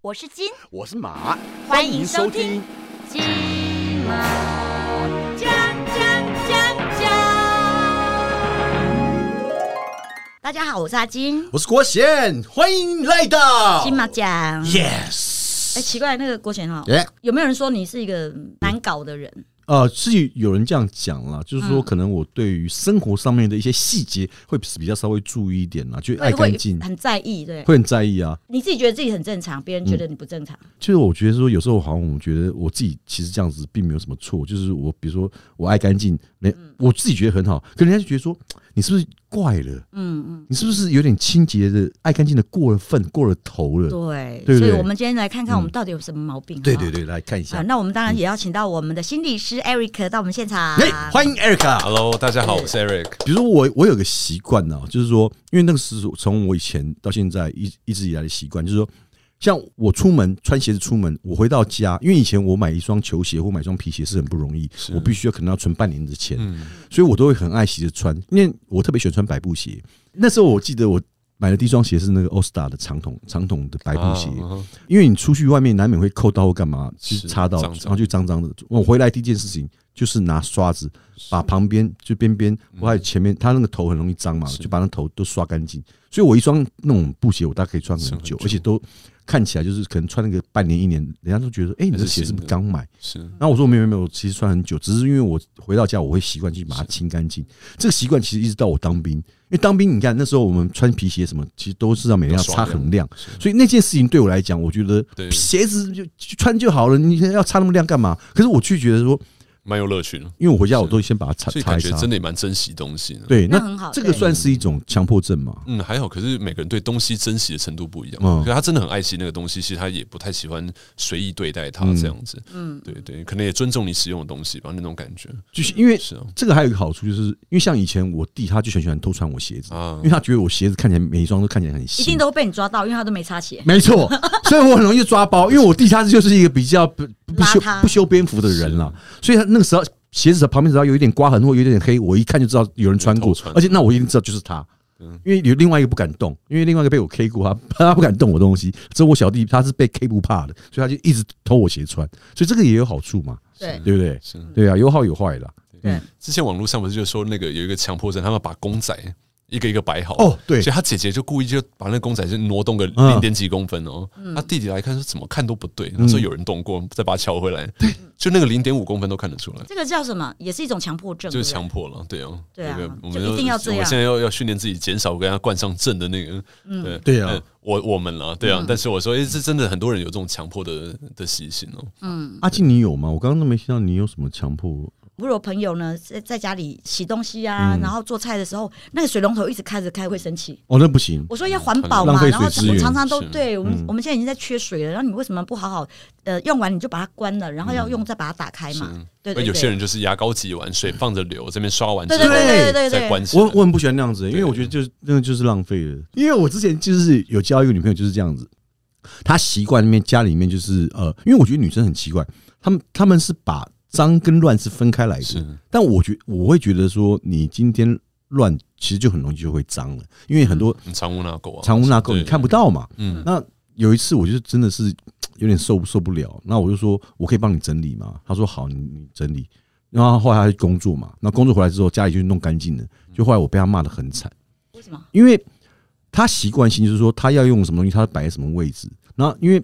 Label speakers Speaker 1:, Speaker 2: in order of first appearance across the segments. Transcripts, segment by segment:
Speaker 1: 我是金，
Speaker 2: 我是马，
Speaker 1: 欢迎收听金马讲讲讲讲。大家好，我是阿金，
Speaker 2: 我是国贤，欢迎来到
Speaker 1: 金马奖。
Speaker 2: Yes，
Speaker 1: 哎，奇怪，那个郭贤哦，
Speaker 2: 哎，
Speaker 1: 有没有人说你是一个难搞的人？
Speaker 2: 呃，是有人这样讲啦，就是
Speaker 1: 嗯
Speaker 2: 说可能我对于生活上面的一些细节会比较稍微注意一点啦，就
Speaker 1: 会
Speaker 2: 爱干
Speaker 1: 会
Speaker 2: 净，
Speaker 1: 很在意，对，
Speaker 2: 会很在意啊。
Speaker 1: 你自己觉得自己很正常，别人觉得你不正常。
Speaker 2: 就是我觉得说，有时候好像我觉得我自己其实这样子并没有什么错，就是我比如说我爱干净，连
Speaker 1: 嗯
Speaker 2: 我自己觉得很好，可人家就觉得说你是不是怪了？
Speaker 1: 嗯嗯，
Speaker 2: 你是不是有点清洁的爱干净的过了分，过了头了？
Speaker 1: 对，
Speaker 2: 对不
Speaker 1: 所以
Speaker 2: 对
Speaker 1: 我们今天来看看我们到底有什么毛病。
Speaker 2: 对
Speaker 1: 好不好
Speaker 2: 对对，来看一下
Speaker 1: 啊，。那我们当然也要请到我们的心理师 Eric 到我们现场。
Speaker 2: 哎、欢迎 Erica。
Speaker 3: Hello，大家好，我是 Eric。
Speaker 2: 比如说我我有个习惯呢，就是说，因为那个是从我以前到现在一一直以来的习惯，就是说，像我出门穿鞋子出门，我回到家，因为以前我买一双球鞋或买一双皮鞋是很不容易，我必须要可能要存半年的钱，
Speaker 3: 嗯，
Speaker 2: 所以我都会很爱惜着穿，因为我特别喜欢穿白布鞋。那时候我记得我。买的第一双鞋是那个 o s t a 的长筒长筒的白布鞋，
Speaker 3: 啊
Speaker 2: 因为你出去外面难免会扣到或干嘛，就是
Speaker 3: 是
Speaker 2: 擦到，
Speaker 3: 脏脏
Speaker 2: 然后就脏脏的。我回来第一件事情就是拿刷子把旁边就边边，
Speaker 3: 嗯
Speaker 2: 我还有前面，它那个头很容易脏嘛，就把那头都刷干净。所以我一双那种布鞋，我大概可以穿很
Speaker 3: 穿很
Speaker 2: 久
Speaker 3: 久，
Speaker 2: 而且都看起来就是可能穿那个半年一年，人家都觉得，哎，你这鞋是不是刚买？
Speaker 3: 是
Speaker 2: 然后我说没有没有，我其实穿很久，只是因为我回到家我会习惯去把它清干净。这个习惯其实一直到我当兵，因为当兵你看那时候我们穿皮鞋什么，其实都是让每天要
Speaker 3: 都
Speaker 2: 擦很
Speaker 3: 刷亮
Speaker 2: 亮，
Speaker 3: 是
Speaker 2: 所以那件事情对我来讲，我觉得
Speaker 3: 对
Speaker 2: 鞋子就就穿就好了，你要擦那么亮干嘛？可是我却觉得说，
Speaker 3: 蛮有乐趣的，
Speaker 2: 因为我回家我都先把它擦
Speaker 3: 所以
Speaker 2: 擦
Speaker 3: 感
Speaker 2: 一
Speaker 3: 觉
Speaker 2: 擦。
Speaker 3: 真的也蛮珍惜东西的。
Speaker 2: 对，
Speaker 1: 那
Speaker 2: 那
Speaker 1: 很好
Speaker 2: 这个
Speaker 1: 对
Speaker 2: 算是一种强迫症嘛？
Speaker 3: 嗯，还好，可是每个人对东西珍惜的程度不一样。
Speaker 2: 嗯
Speaker 3: 可是他真的很爱惜那个东西，其实他也不太喜欢随意对待它这样子。嗯，对对，可能也尊重你使用的东西吧，那种感觉
Speaker 2: 就是因为
Speaker 3: 是啊
Speaker 2: 这个还有一个好处，就是因为像以前我弟他就很喜欢偷穿我鞋子，
Speaker 3: 啊
Speaker 2: 因为，他觉得我鞋子看起来每一双都看起来很新，
Speaker 1: 一定都会被你抓到，因为他都没擦鞋。
Speaker 2: 没错，所以我很容易就抓包，因为我弟他就是一个比较不不不修
Speaker 1: 邋遢
Speaker 2: 不修边幅的人啦，所以他那个时候鞋子的旁边只要有一点刮痕或有一点黑，我一看就知道有人嗯穿过
Speaker 3: 偷，穿
Speaker 2: 而且那我一定知道就是他。因为有另外一个不敢动，因为另外一个被我 K 过，他他不敢动我东西。只有我小弟他是被 K 不怕的，所以他就一直偷我鞋穿，所以这个也有好处嘛，
Speaker 1: 对
Speaker 2: 对不对？
Speaker 3: 是
Speaker 2: 对啊，有好有坏啦。
Speaker 1: 对，
Speaker 3: 之前网络上不是就说那个有一个强迫症，他们把公仔一个一个摆好
Speaker 2: 哦对
Speaker 3: 所以他姐姐就故意就把那公仔就挪动个
Speaker 2: 嗯
Speaker 3: 零点几公分哦，他弟弟来看说怎么看都不对，他说有人动过，再把它敲回来，就那个零点五公分都看得出来。
Speaker 1: 这个叫什么？也是一种强迫症，
Speaker 3: 就
Speaker 1: 对
Speaker 3: 是
Speaker 1: 不
Speaker 3: 强
Speaker 1: 对
Speaker 3: 迫了，对哦，
Speaker 1: 对啊
Speaker 3: 那个我们
Speaker 1: 就一定要
Speaker 3: 我
Speaker 1: 这样
Speaker 3: 们现在要要训练自己，减少跟他冠上正的那个，嗯，
Speaker 2: 对啊
Speaker 3: 呃我我们了，对
Speaker 1: 嗯
Speaker 3: 啊，但是我说，哎，这真的很多人有这种强迫的的习性哦，
Speaker 2: 阿静，你有吗？我刚刚都没听到你有什么强迫。
Speaker 1: 我有朋友呢，在在家里洗东西
Speaker 3: 嗯
Speaker 1: 啊，然后做菜的时候，那个水龙头一直开着开，会生气。
Speaker 2: 哦，那不行，
Speaker 1: 我说要环保
Speaker 2: 浪
Speaker 1: 嘛，
Speaker 2: 费
Speaker 1: 然后
Speaker 2: 水资源
Speaker 1: 我常常都
Speaker 3: 是嗯
Speaker 1: 对我们我们现在已经在缺水了，然后你为什么不好好呃用完你就把它关了，然后要用再把它打开嘛？嗯对对
Speaker 3: 嗯有些
Speaker 1: 对，
Speaker 3: 人就是牙膏挤完水放着流，这边刷完之
Speaker 1: 对
Speaker 3: 后
Speaker 1: 对对对对
Speaker 3: 再
Speaker 1: 对
Speaker 3: 关
Speaker 1: 对，
Speaker 3: 起来
Speaker 2: 我我很不喜欢那样子、因为我觉得就是那个就是浪费了。因为我之前就是有交一个女朋友就是这样子，她习惯里面家里面就是呃，因为我觉得女生很奇怪，她们她们是把脏跟乱是分开来的
Speaker 3: 是，
Speaker 2: 但我觉我会觉得说你今天乱，其实就很容易就会脏了，因为很多
Speaker 3: 嗯藏污纳垢啊，
Speaker 2: 藏污纳垢
Speaker 3: 对
Speaker 2: 你看不到嘛。
Speaker 3: 嗯，
Speaker 2: 那有一次我就真的是有点受受不了，那我就说我可以帮你整理嘛，他说好，你你整理。然后后来他去工作嘛，那工作回来之后家里就弄干净了，就后来我被他骂的很惨。
Speaker 1: 为什么？
Speaker 2: 因为他习惯性就是说他要用什么东西，他摆在什么位置。然后因为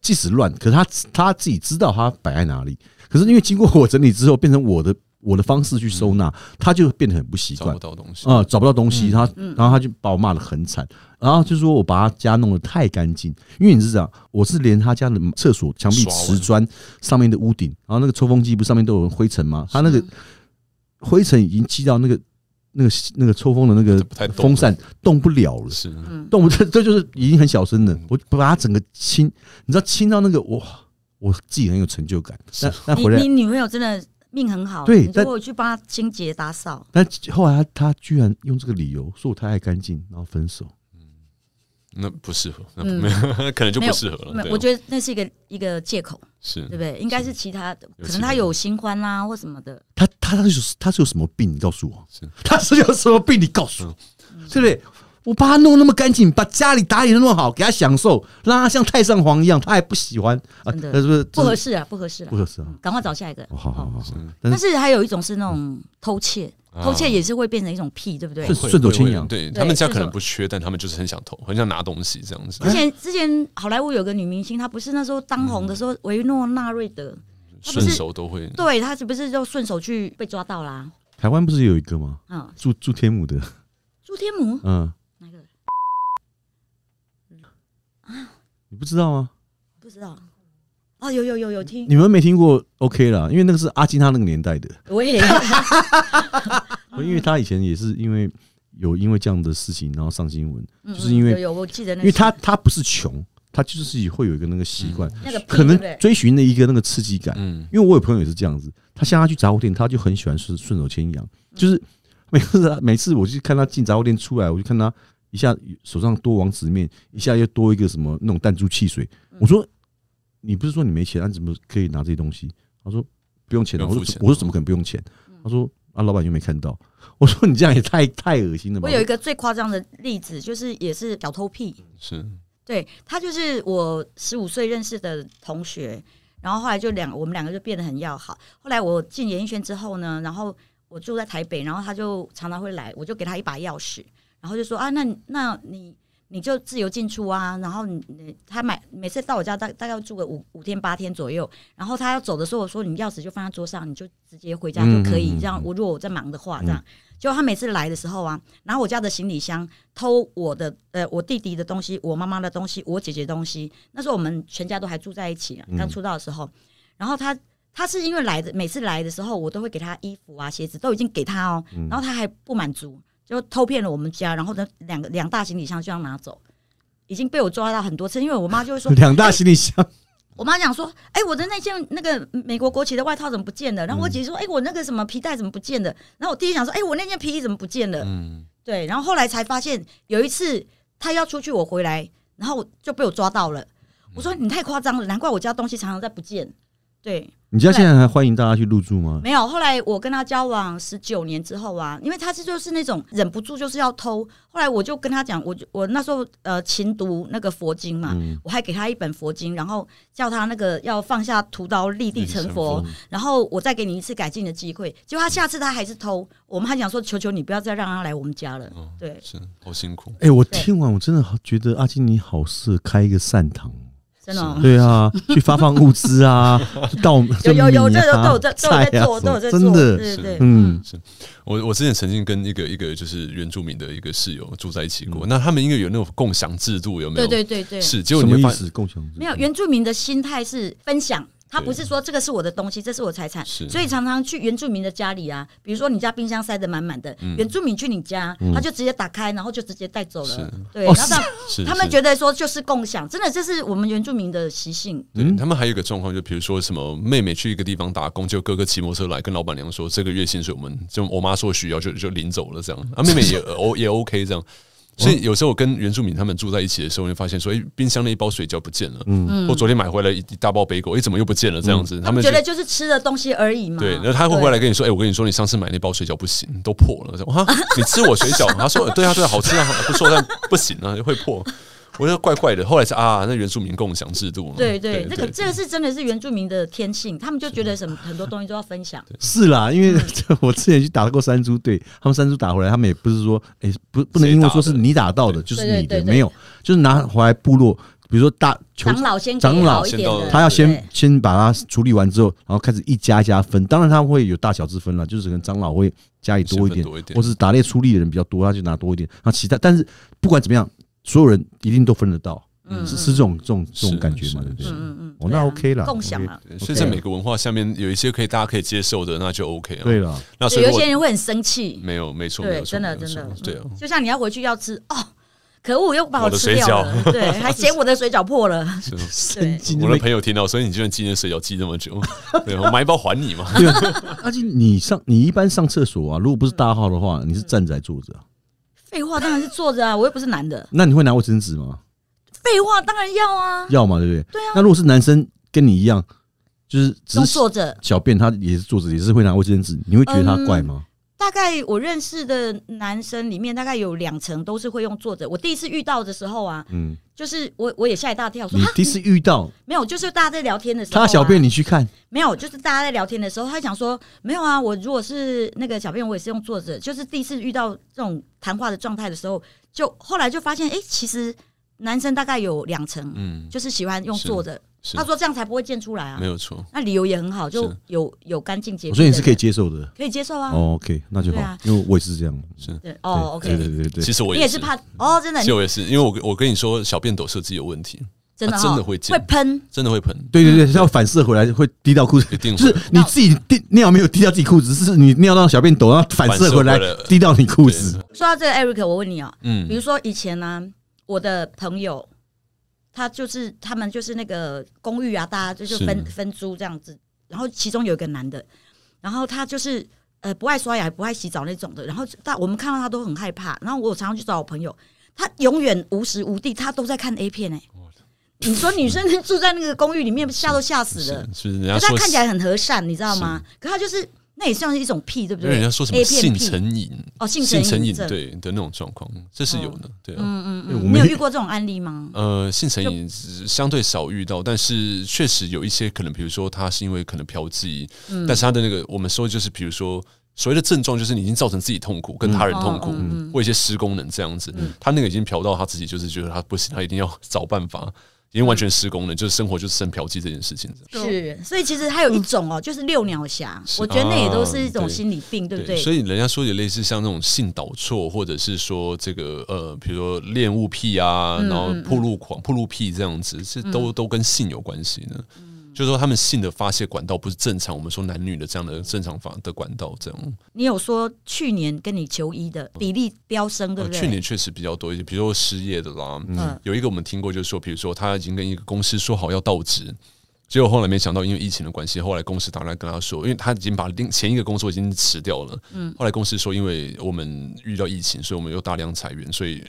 Speaker 2: 即使乱，可是他他自己知道他摆在哪里。可是因为经过我整理之后，变成我的我的方式去收纳，
Speaker 3: 嗯
Speaker 2: 他就变得很不习
Speaker 3: 找
Speaker 2: 惯
Speaker 3: 不到东西，
Speaker 2: 啊、找不到东
Speaker 1: 嗯
Speaker 2: 西。他然后他就把我骂得很惨，然后就说我把他家弄得太干净，因为你知道我是连他家的厕所墙壁
Speaker 3: 刷完
Speaker 2: 瓷砖上面的屋顶，然后那个抽风机不上面都有灰尘吗？他那个灰尘已经积到那个。那个那个抽风的那个
Speaker 3: 不太动
Speaker 2: 风扇动不了了，
Speaker 3: 是
Speaker 2: 动不这这就是已经很小声
Speaker 3: 嗯
Speaker 2: 了，我把它整个清，你知道清到那个哇，我自己很有成就感。但但
Speaker 1: 你
Speaker 2: 回来
Speaker 1: 你，女朋友真的命很好，
Speaker 2: 对
Speaker 1: 你如
Speaker 2: 但
Speaker 1: 果去帮她清洁打扫，
Speaker 2: 但后来他他居然用这个理由说我太爱干净，然后分手。
Speaker 3: 那不适合，那
Speaker 1: 嗯
Speaker 3: 没有， 可能就
Speaker 1: 没
Speaker 3: 不
Speaker 1: 有
Speaker 3: 适合了，
Speaker 1: 没有
Speaker 3: 对啊
Speaker 1: 我觉得那是一个一个借口，
Speaker 3: 是
Speaker 1: 对不对？应该是其他的，
Speaker 3: 有
Speaker 1: 可
Speaker 3: 其
Speaker 1: 能她
Speaker 3: 他
Speaker 1: 有新欢啦、或什么的。
Speaker 2: 他 他他是他是有什么病？你告诉我
Speaker 3: 是，
Speaker 1: 嗯
Speaker 2: 他是有什么病？你告诉我，对不对？我把它弄那么干净，把家里打理的那么好，给他享受，让他像太上皇一样，他还不喜欢啊？
Speaker 1: 真的
Speaker 2: 那是不是
Speaker 1: 不合适啊，不合适啊
Speaker 2: 不，合适啊？
Speaker 1: 赶快找下一个。
Speaker 2: 哦好好好，好但
Speaker 1: 但
Speaker 2: 是
Speaker 1: 是还有一种是那种偷窃，
Speaker 3: 啊
Speaker 1: 偷窃也是会变成一种癖，对不对
Speaker 2: 嗯是？
Speaker 3: 会
Speaker 2: 顺手
Speaker 3: 会
Speaker 2: 牵
Speaker 3: 会
Speaker 2: 羊
Speaker 3: 对
Speaker 1: 对
Speaker 3: 他们家
Speaker 1: 这
Speaker 3: 可能
Speaker 1: 种
Speaker 3: 不缺，但他们就是很想偷，很想拿东西这样子
Speaker 1: 之。前之前好莱坞有个女明星，她不是那时候当红的时
Speaker 2: 嗯
Speaker 1: 候，维诺纳瑞德，他不
Speaker 3: 顺
Speaker 1: 是
Speaker 3: 手都会。
Speaker 1: 对她是不是就顺手去被抓到啦？
Speaker 2: 台湾不是有一个吗？
Speaker 1: 嗯，
Speaker 2: 住住天母的，
Speaker 1: 朱天母
Speaker 2: 嗯，
Speaker 1: 哪个
Speaker 2: 你不知道吗？
Speaker 1: 不知道？哦，有有有有听，
Speaker 2: 你们没听过 OK 啦，因为那个是阿金他那个年代的，
Speaker 1: 我 也啊
Speaker 2: 因为他以前也是因为有因为这样的事情，然后上新闻，
Speaker 1: 嗯
Speaker 2: 就是因为
Speaker 1: 有有我记得那
Speaker 2: 因
Speaker 1: 是，
Speaker 2: 为他他不是穷，他就是会有一个那个习惯，
Speaker 1: 那个
Speaker 2: 可
Speaker 1: 癖嗯对
Speaker 2: 能
Speaker 1: 不对
Speaker 2: 追寻的一个那个刺激感。
Speaker 3: 嗯，
Speaker 2: 因为我有朋友也是这样子，他像他去杂货店，他就很喜欢顺顺手牵羊，就是每次
Speaker 1: 嗯
Speaker 2: 他每次我去看他进杂货店出来，我就看他一下手上多王子面，一下又多一个什么那种弹珠汽水。
Speaker 1: 嗯
Speaker 2: 我说你不是说你没钱，啊你怎么可以拿这些东西？他说不用钱啊。
Speaker 3: 不
Speaker 2: 我
Speaker 3: 用
Speaker 2: 说
Speaker 3: 付钱
Speaker 2: 我说怎么可能不用钱？
Speaker 1: 嗯
Speaker 2: 他说啊，老板又没看到。我说你这样也太太恶心了吧
Speaker 1: 我？有一个最夸张的例子，就是也是小偷癖，
Speaker 3: 是
Speaker 1: 对他就是我十五岁认识的同学，然后后来就两我们两个就变得很要好。后来我进演艺圈之后呢，然后我住在台北，然后他就常常会来，我就给他一把钥匙，然后就说啊，那你那你你就自由进出啊，然后你你他买每次到我家大大概要住个五五天八天左右，然后他要走的时候，我说你钥匙就放在桌上，你就直接回家就可以。
Speaker 2: 嗯嗯嗯嗯
Speaker 1: 这样我如果我在忙的话，这样。结果他每次来的时候啊，拿我家的行李箱偷我的呃我弟弟的东西，我妈妈的东西，我姐姐的东西。那时候我们全家都还住在一起啊，刚出道的时候。然后他他是因为来的每次来的时候，我都会给他衣服啊、鞋子都已经给他哦，然后他还不满足，就偷骗了我们家，然后呢两个两大行李箱就要拿走。已经被我抓到很多次，因为我妈就会说
Speaker 2: 两大行李箱，
Speaker 1: 我妈讲说：“哎、我的那件那个美国国旗的外套怎么不见了？”然后我姐说：“哎、我那个什么皮带怎么不见了？”然后我弟想说：“哎、我那件皮衣怎么不见了？”
Speaker 3: 嗯，
Speaker 1: 对，然后后来才发现有一次他要出去，我回来，然后就被我抓到了。我说：“你太夸张了，难怪我家东西常常在不见。”对，
Speaker 2: 你家现在还欢迎大家去入住吗？
Speaker 1: 没有。后来我跟他交往十九年之后啊，因为他是就是那种忍不住就是要偷。后来我就跟他讲，我就我那时候呃勤读那个佛经嘛，
Speaker 2: 嗯，
Speaker 1: 我还给他一本佛经，然后叫他那个要放下屠刀立地成佛，然后我再给你一次改进的机会。结果他下次他还是偷，我们还讲说求求你不要再让他来我们家了。
Speaker 3: 嗯
Speaker 1: 对，
Speaker 3: 是好辛苦。
Speaker 2: 哎、我
Speaker 1: 对
Speaker 2: 听完我真的好觉得阿金你好适合开一个善堂哦。
Speaker 1: 真的、哦。
Speaker 2: 对啊，去发放物资啊，到
Speaker 1: 有有有，这都有
Speaker 2: 在
Speaker 1: 在都有在做，都有在做，
Speaker 2: 啊真的，
Speaker 1: 对对对，
Speaker 2: 嗯，
Speaker 3: 我我之前曾经跟一个一个就是原住民的一个室友住在一起
Speaker 2: 嗯
Speaker 3: 过，那他们应该有那种共享制度，有没
Speaker 1: 对
Speaker 3: 有？
Speaker 1: 对对对，
Speaker 3: 是，结果
Speaker 2: 什
Speaker 3: 你
Speaker 2: 么
Speaker 3: 会
Speaker 2: 意
Speaker 3: 发现
Speaker 2: 思？共享制
Speaker 1: 没有原住民的心态是分享。他不是说这个是我的东西，这是我财产，
Speaker 3: 是
Speaker 1: 所以常常去原住民的家里啊，比如说你家冰箱塞得满满的，原住民去你家，他就直接打开，然后就直接带走了
Speaker 3: 是。
Speaker 1: 对，
Speaker 2: 嗯哦
Speaker 1: 然后他
Speaker 3: 是
Speaker 1: 他们
Speaker 3: 是
Speaker 1: 觉得说就是共享，真的这是我们原住民的习性。
Speaker 3: 对他们还有一个状况，就比如说什么妹妹去一个地方打工，就哥哥骑摩托车来跟老板娘说，这个月薪水我们就我妈说需要就就领走了这样，啊妹妹也 O 也 OK 这样。
Speaker 2: 哦
Speaker 3: 所以有时候我跟原住民他们住在一起的时候，你会发现说，哎、冰箱那一包水饺不见了，嗯，或昨天买回来一一大包北狗，哎、怎么又不见了？这样子，
Speaker 1: 他
Speaker 3: 们
Speaker 1: 嗯们觉
Speaker 3: 就
Speaker 1: 得就是吃的东西而已嘛。
Speaker 3: 对，那他会回来跟你说，哎、我跟你说，你上次买那包水饺不行，都破了。我说啊，你吃我水饺？他说，对啊，对啊，好吃啊，不错，但不行啊，会破。我觉得怪怪的。后来是啊，那原住民共享制度嘛，
Speaker 1: 对？对对，这个这个是真的是原住民的天性，他们就觉得什么很多东西都要分享。
Speaker 2: 是啦，因
Speaker 1: 嗯
Speaker 2: 为我之前去打过山猪队，他们山猪打回来，他们也不是说，哎、不不能因为说是你打到的，就是你
Speaker 1: 对对
Speaker 2: 的，
Speaker 1: 对对
Speaker 2: 没有，就是拿回来部落，比如说大球
Speaker 1: 长老先给
Speaker 2: 长老
Speaker 1: 好一点
Speaker 3: 先
Speaker 1: 的，
Speaker 3: 到
Speaker 2: 他要
Speaker 1: 对
Speaker 2: 先先把它处理完之后，然后开始一家一家分。当然他会有大小之分啦，就是可能长老会家里多一
Speaker 3: 身
Speaker 2: 点
Speaker 3: 份多一，点
Speaker 2: 或是打猎出力的人比较多，他就拿多一点。那其他但是不管怎么样，所有人一定都分得到，是是这种这种这种
Speaker 3: 是
Speaker 2: 感觉嘛，
Speaker 3: 是
Speaker 2: 对不对
Speaker 3: 是？
Speaker 1: 嗯嗯，
Speaker 2: 哦，
Speaker 1: 对
Speaker 2: 那
Speaker 1: 啊
Speaker 2: OK 啦，
Speaker 1: 共享
Speaker 2: OK
Speaker 1: 嘛。
Speaker 3: 所以在每个文化下面有一些可以大家可以接受的，那就 OK 了。
Speaker 2: 对，了，
Speaker 3: 那啊所
Speaker 1: 对
Speaker 3: 以
Speaker 1: 有一
Speaker 3: 如果
Speaker 1: 些人会很生气，
Speaker 3: 没有没错，没
Speaker 1: 对，
Speaker 3: 有错
Speaker 1: 真的
Speaker 3: 没有
Speaker 1: 真
Speaker 3: 错
Speaker 1: 的，
Speaker 3: 对啊
Speaker 1: 嗯。就像你要回去要吃哦，可恶，又把
Speaker 3: 我的
Speaker 1: 吃掉
Speaker 3: 水
Speaker 1: 了， 对，还嫌我的水饺破了，
Speaker 2: 神经
Speaker 3: 我的
Speaker 2: 病。
Speaker 3: 朋友听到，所以你居然纪念水饺记那么久，对我买一包还你 嘛？
Speaker 2: 对啊，而且你上你一般上厕所啊，如果不是大号的话，你是站着还坐着
Speaker 1: 嗯
Speaker 2: 啊？
Speaker 1: 废话当然是坐着啊，我又不是男的，
Speaker 2: 那你会拿卫生纸吗？
Speaker 1: 废话当然要啊，
Speaker 2: 要嘛，对不对？对啊。那如果是男生跟你一样，就是只
Speaker 1: 都
Speaker 2: 是
Speaker 1: 坐着。嗯
Speaker 2: 小便他也是坐着，也是会拿卫生纸，你会觉得他怪吗？
Speaker 1: 大概我认识的男生里面，大概有两成都是会用坐着。我第一次遇到的时候啊，
Speaker 2: 嗯，
Speaker 1: 就是我我也吓一大跳，说
Speaker 2: 你
Speaker 1: 哈
Speaker 2: 第一次遇到
Speaker 1: 没啊有，就是大家在聊天的时候、啊，
Speaker 2: 他小便你去看，
Speaker 1: 没有，就是大家在聊天的时候，他讲说没有啊，我如果是那个小便，我也是用坐着。就是第一次遇到这种谈话的状态的时候，就后来就发现，哎、其实男生大概有两成、
Speaker 3: 嗯，
Speaker 1: 就是喜欢用
Speaker 3: 是
Speaker 1: 坐着。
Speaker 3: 是
Speaker 1: 他说这样才不会溅出来啊
Speaker 3: 没。有错，
Speaker 1: 那理由也很好，就是有有干净洁癖的人，
Speaker 2: 哦所以你是可以接受的。
Speaker 1: 可以接受啊。
Speaker 2: 哦，OK，那就
Speaker 1: 对啊
Speaker 2: 好，因为我也是这样。
Speaker 1: 对哦，OK，
Speaker 2: 对对对对对，
Speaker 3: 其实我
Speaker 1: 你也是怕哦，真的，
Speaker 3: 其
Speaker 1: 你
Speaker 3: 实我也是，因为我我跟你说，小便斗设计有问题，
Speaker 1: 真的
Speaker 3: 啊
Speaker 1: 哦
Speaker 3: 真的会
Speaker 1: 会
Speaker 3: 溅
Speaker 1: 喷，
Speaker 3: 真的会喷，
Speaker 2: 对对对，它要反射回来会滴到裤子
Speaker 3: 一，定
Speaker 2: 就是
Speaker 3: 会。
Speaker 2: 你自己滴尿没有滴到自己裤子，是你尿到小便斗，然后反射回来
Speaker 3: 反射回来
Speaker 2: 滴到你裤子。
Speaker 1: 说到这个，Eric，我问你哦，比
Speaker 3: 嗯
Speaker 1: 如说以前呢、我的朋友，他就是他们就是那个公寓啊，大家就是
Speaker 3: 是
Speaker 1: 分分租这样子。然后其中有一个男的，然后他就是呃不爱刷牙、不爱洗澡那种的。然后他我们看到他都很害怕。然后我常常去找我朋友，他永远无时无地他都在看 A 片哎、你说女生住在那个公寓里面，吓都吓死了
Speaker 3: 是。是人家
Speaker 1: 可是他
Speaker 3: 说
Speaker 1: 看起来很和善，你知道吗？可他就是那也算是一种癖，对不
Speaker 3: 因为
Speaker 1: 对？
Speaker 3: 人家说什么
Speaker 1: A 片
Speaker 3: 性
Speaker 1: 癖
Speaker 3: 成瘾，
Speaker 1: 哦，性
Speaker 3: 性
Speaker 1: 成
Speaker 3: 成瘾
Speaker 1: 症，
Speaker 3: 对的那种状况，这是有的，对啊。
Speaker 1: 嗯
Speaker 2: 我
Speaker 1: 嗯，
Speaker 2: 们
Speaker 1: 你有遇过这种案例吗？
Speaker 3: 呃，性成瘾是相对少遇到，但是确实有一些可能，比如说他是因为可能嫖妓，
Speaker 1: 嗯
Speaker 3: 但是他的那个我们说就是，比如说所谓的症状，就是你已经造成自己痛苦，跟他人痛苦，
Speaker 1: 哦嗯嗯嗯
Speaker 3: 或一些失功能这样子。他那个已经嫖到他自己，就是觉得他不行，他一定要 找办法，已经完全失功能，就是生活就是剩嫖妓这件事情。
Speaker 1: 是，所以其实还有一种哦，就是六鸟侠，我觉得那也都是一种心理病，对不对？
Speaker 3: 所以人家说也类似像那种性导错，或者是说这个呃，比如说恋物癖啊，
Speaker 1: 嗯
Speaker 3: 然后铺路狂、铺路癖这样子，是都、都跟性有关系呢。
Speaker 1: 嗯
Speaker 3: 就是说他们性的发泄管道不是正常，我们说男女的这样的正常法的管道这样。
Speaker 1: 你有说去年跟你求医的比例飙升，对不对？
Speaker 3: 呃哦去年确实比较多一些，比如说失业的啦，
Speaker 1: 嗯
Speaker 3: 有一个我们听过，就是说，比如说他已经跟一个公司说好要到职。结果后来没想到，因为疫情的关系，后来公司打来跟他说，因为他已经把另前一个工作已经辞掉了。嗯，后来公司说，因为我们遇到疫情，所以我们又大量裁员，所以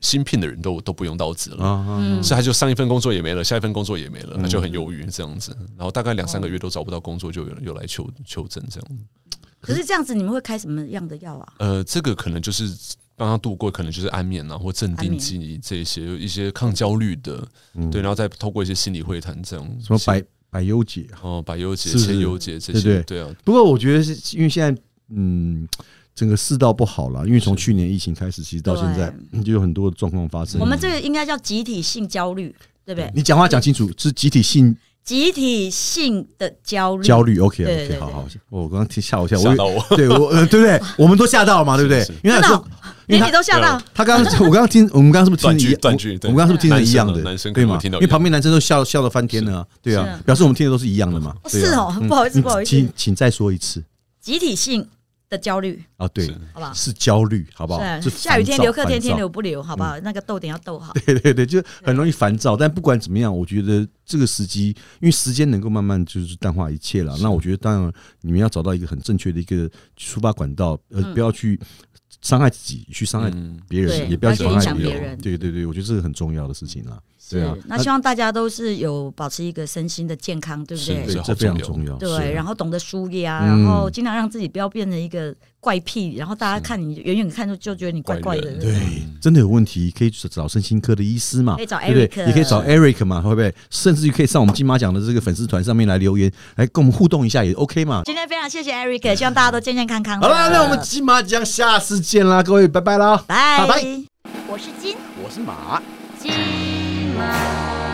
Speaker 3: 新聘的人都都不用到职了。
Speaker 2: 啊啊，
Speaker 1: 嗯
Speaker 2: 啊
Speaker 3: 所以他就上一份工作也没了，下一份工作也没了，他就很忧郁这样子。然后大概两三个月都找不到工作，就有人又来求求证这样。
Speaker 1: 可是这样子，你们会开什么样的药啊？
Speaker 3: 呃，这个可能就是帮他度过，可能就是安眠啊，或镇
Speaker 1: 安
Speaker 3: 定
Speaker 1: 眠
Speaker 3: 剂这些一些抗焦虑的，
Speaker 2: 嗯
Speaker 3: 对，然后再透过一些心理会谈这样，
Speaker 2: 什么百百忧解啊？
Speaker 3: 哦百忧解、
Speaker 2: 是不是
Speaker 3: 千忧解这
Speaker 2: 对
Speaker 3: 些，
Speaker 2: 对
Speaker 3: 对啊，
Speaker 2: 不过我觉得是因为现在，嗯，整个世道不好了，因为从去年疫情开始，其实到现在嗯就有很多的状况发生。
Speaker 1: 我们这个应该叫集体性焦虑，对不对？
Speaker 2: 你讲话讲清楚，是集体性
Speaker 1: 集体性的焦虑，
Speaker 2: 焦虑。OK
Speaker 1: 对对
Speaker 2: OK，
Speaker 1: 对
Speaker 2: 好好，我刚刚听吓我一跳，我
Speaker 3: 吓
Speaker 2: 以
Speaker 3: 到我，
Speaker 2: 对我呃对不对？我们都吓到了嘛，对不对
Speaker 3: 是是？
Speaker 2: 因为他
Speaker 1: 真的
Speaker 2: 说
Speaker 1: 哦，
Speaker 2: 因为
Speaker 1: 连
Speaker 2: 他
Speaker 1: 你都吓到，
Speaker 2: 他刚刚我刚刚听，我 们刚刚是不是听
Speaker 3: 断句
Speaker 2: 的一
Speaker 3: 断句
Speaker 2: 我
Speaker 3: 对
Speaker 2: 我们刚刚是不是听的一样的？
Speaker 3: 男生啊男生可
Speaker 2: 对
Speaker 3: 能会
Speaker 2: 嘛？
Speaker 3: 听
Speaker 2: 因
Speaker 3: 到一样
Speaker 2: 为旁边男生都笑笑到翻天了啊，对
Speaker 1: 是啊
Speaker 2: 啊，表示我们听的都是一样的嘛。
Speaker 1: 哦
Speaker 2: 对啊
Speaker 1: 是哦
Speaker 2: 嗯
Speaker 1: 不好意思
Speaker 2: 你
Speaker 1: 不好意思
Speaker 2: 请请再说一次
Speaker 1: 集体性的焦虑，
Speaker 2: 啊，对
Speaker 3: 是，
Speaker 1: 好不好？
Speaker 2: 是焦虑，好不好？
Speaker 1: 是啊
Speaker 2: 是
Speaker 1: 下雨天
Speaker 2: 烦躁
Speaker 1: 留客天
Speaker 2: 烦躁嗯
Speaker 1: 天留不留，好不好？那个逗点要逗好。
Speaker 2: 对对对，就很容易烦躁。但不管怎么样，我觉得这个时机，因为时间能够慢慢就是淡化一切了。那我觉得，当然你们要找到一个很正确的一个出发管道，呃，
Speaker 1: 嗯
Speaker 2: 不要去伤害自己，去伤害
Speaker 3: 嗯，
Speaker 2: 别人，
Speaker 1: 对
Speaker 2: 也不要去
Speaker 1: 不
Speaker 2: 伤
Speaker 1: 要去
Speaker 2: 害
Speaker 1: 影响别人
Speaker 2: 对对对，我觉得这个很重要的事情啦。对啊
Speaker 1: 是，那
Speaker 2: 那
Speaker 1: 希望大家都是有保持一个身心的健康，对不
Speaker 3: 是
Speaker 1: 对
Speaker 2: 对，？
Speaker 3: 好
Speaker 2: 这非常重
Speaker 3: 重
Speaker 2: 要。
Speaker 1: 对，然
Speaker 2: 后
Speaker 1: 后懂得舒压，
Speaker 2: 嗯
Speaker 1: 然后尽量让自己不要变成一个怪癖，然后大家看你远远看就就觉得你怪怪的
Speaker 3: 怪人。
Speaker 1: 对
Speaker 2: 嗯对，真的有问题可以去找身心科的医师嘛，
Speaker 1: 可以找
Speaker 2: 对不
Speaker 1: Eric
Speaker 2: 对？也可以找 Eric 嘛，会不会？甚至于可以上我们金马奖的这个粉丝团上面来留言，来跟我们互动一下也 OK 嘛。
Speaker 1: 今天非常谢谢 Eric，希望大家都健健康康的。
Speaker 2: 好了，那我们金马奖下次见啦，各位，拜拜啦，
Speaker 1: 拜
Speaker 2: 拜拜。
Speaker 1: 我是金
Speaker 4: 我是马。
Speaker 1: 金马。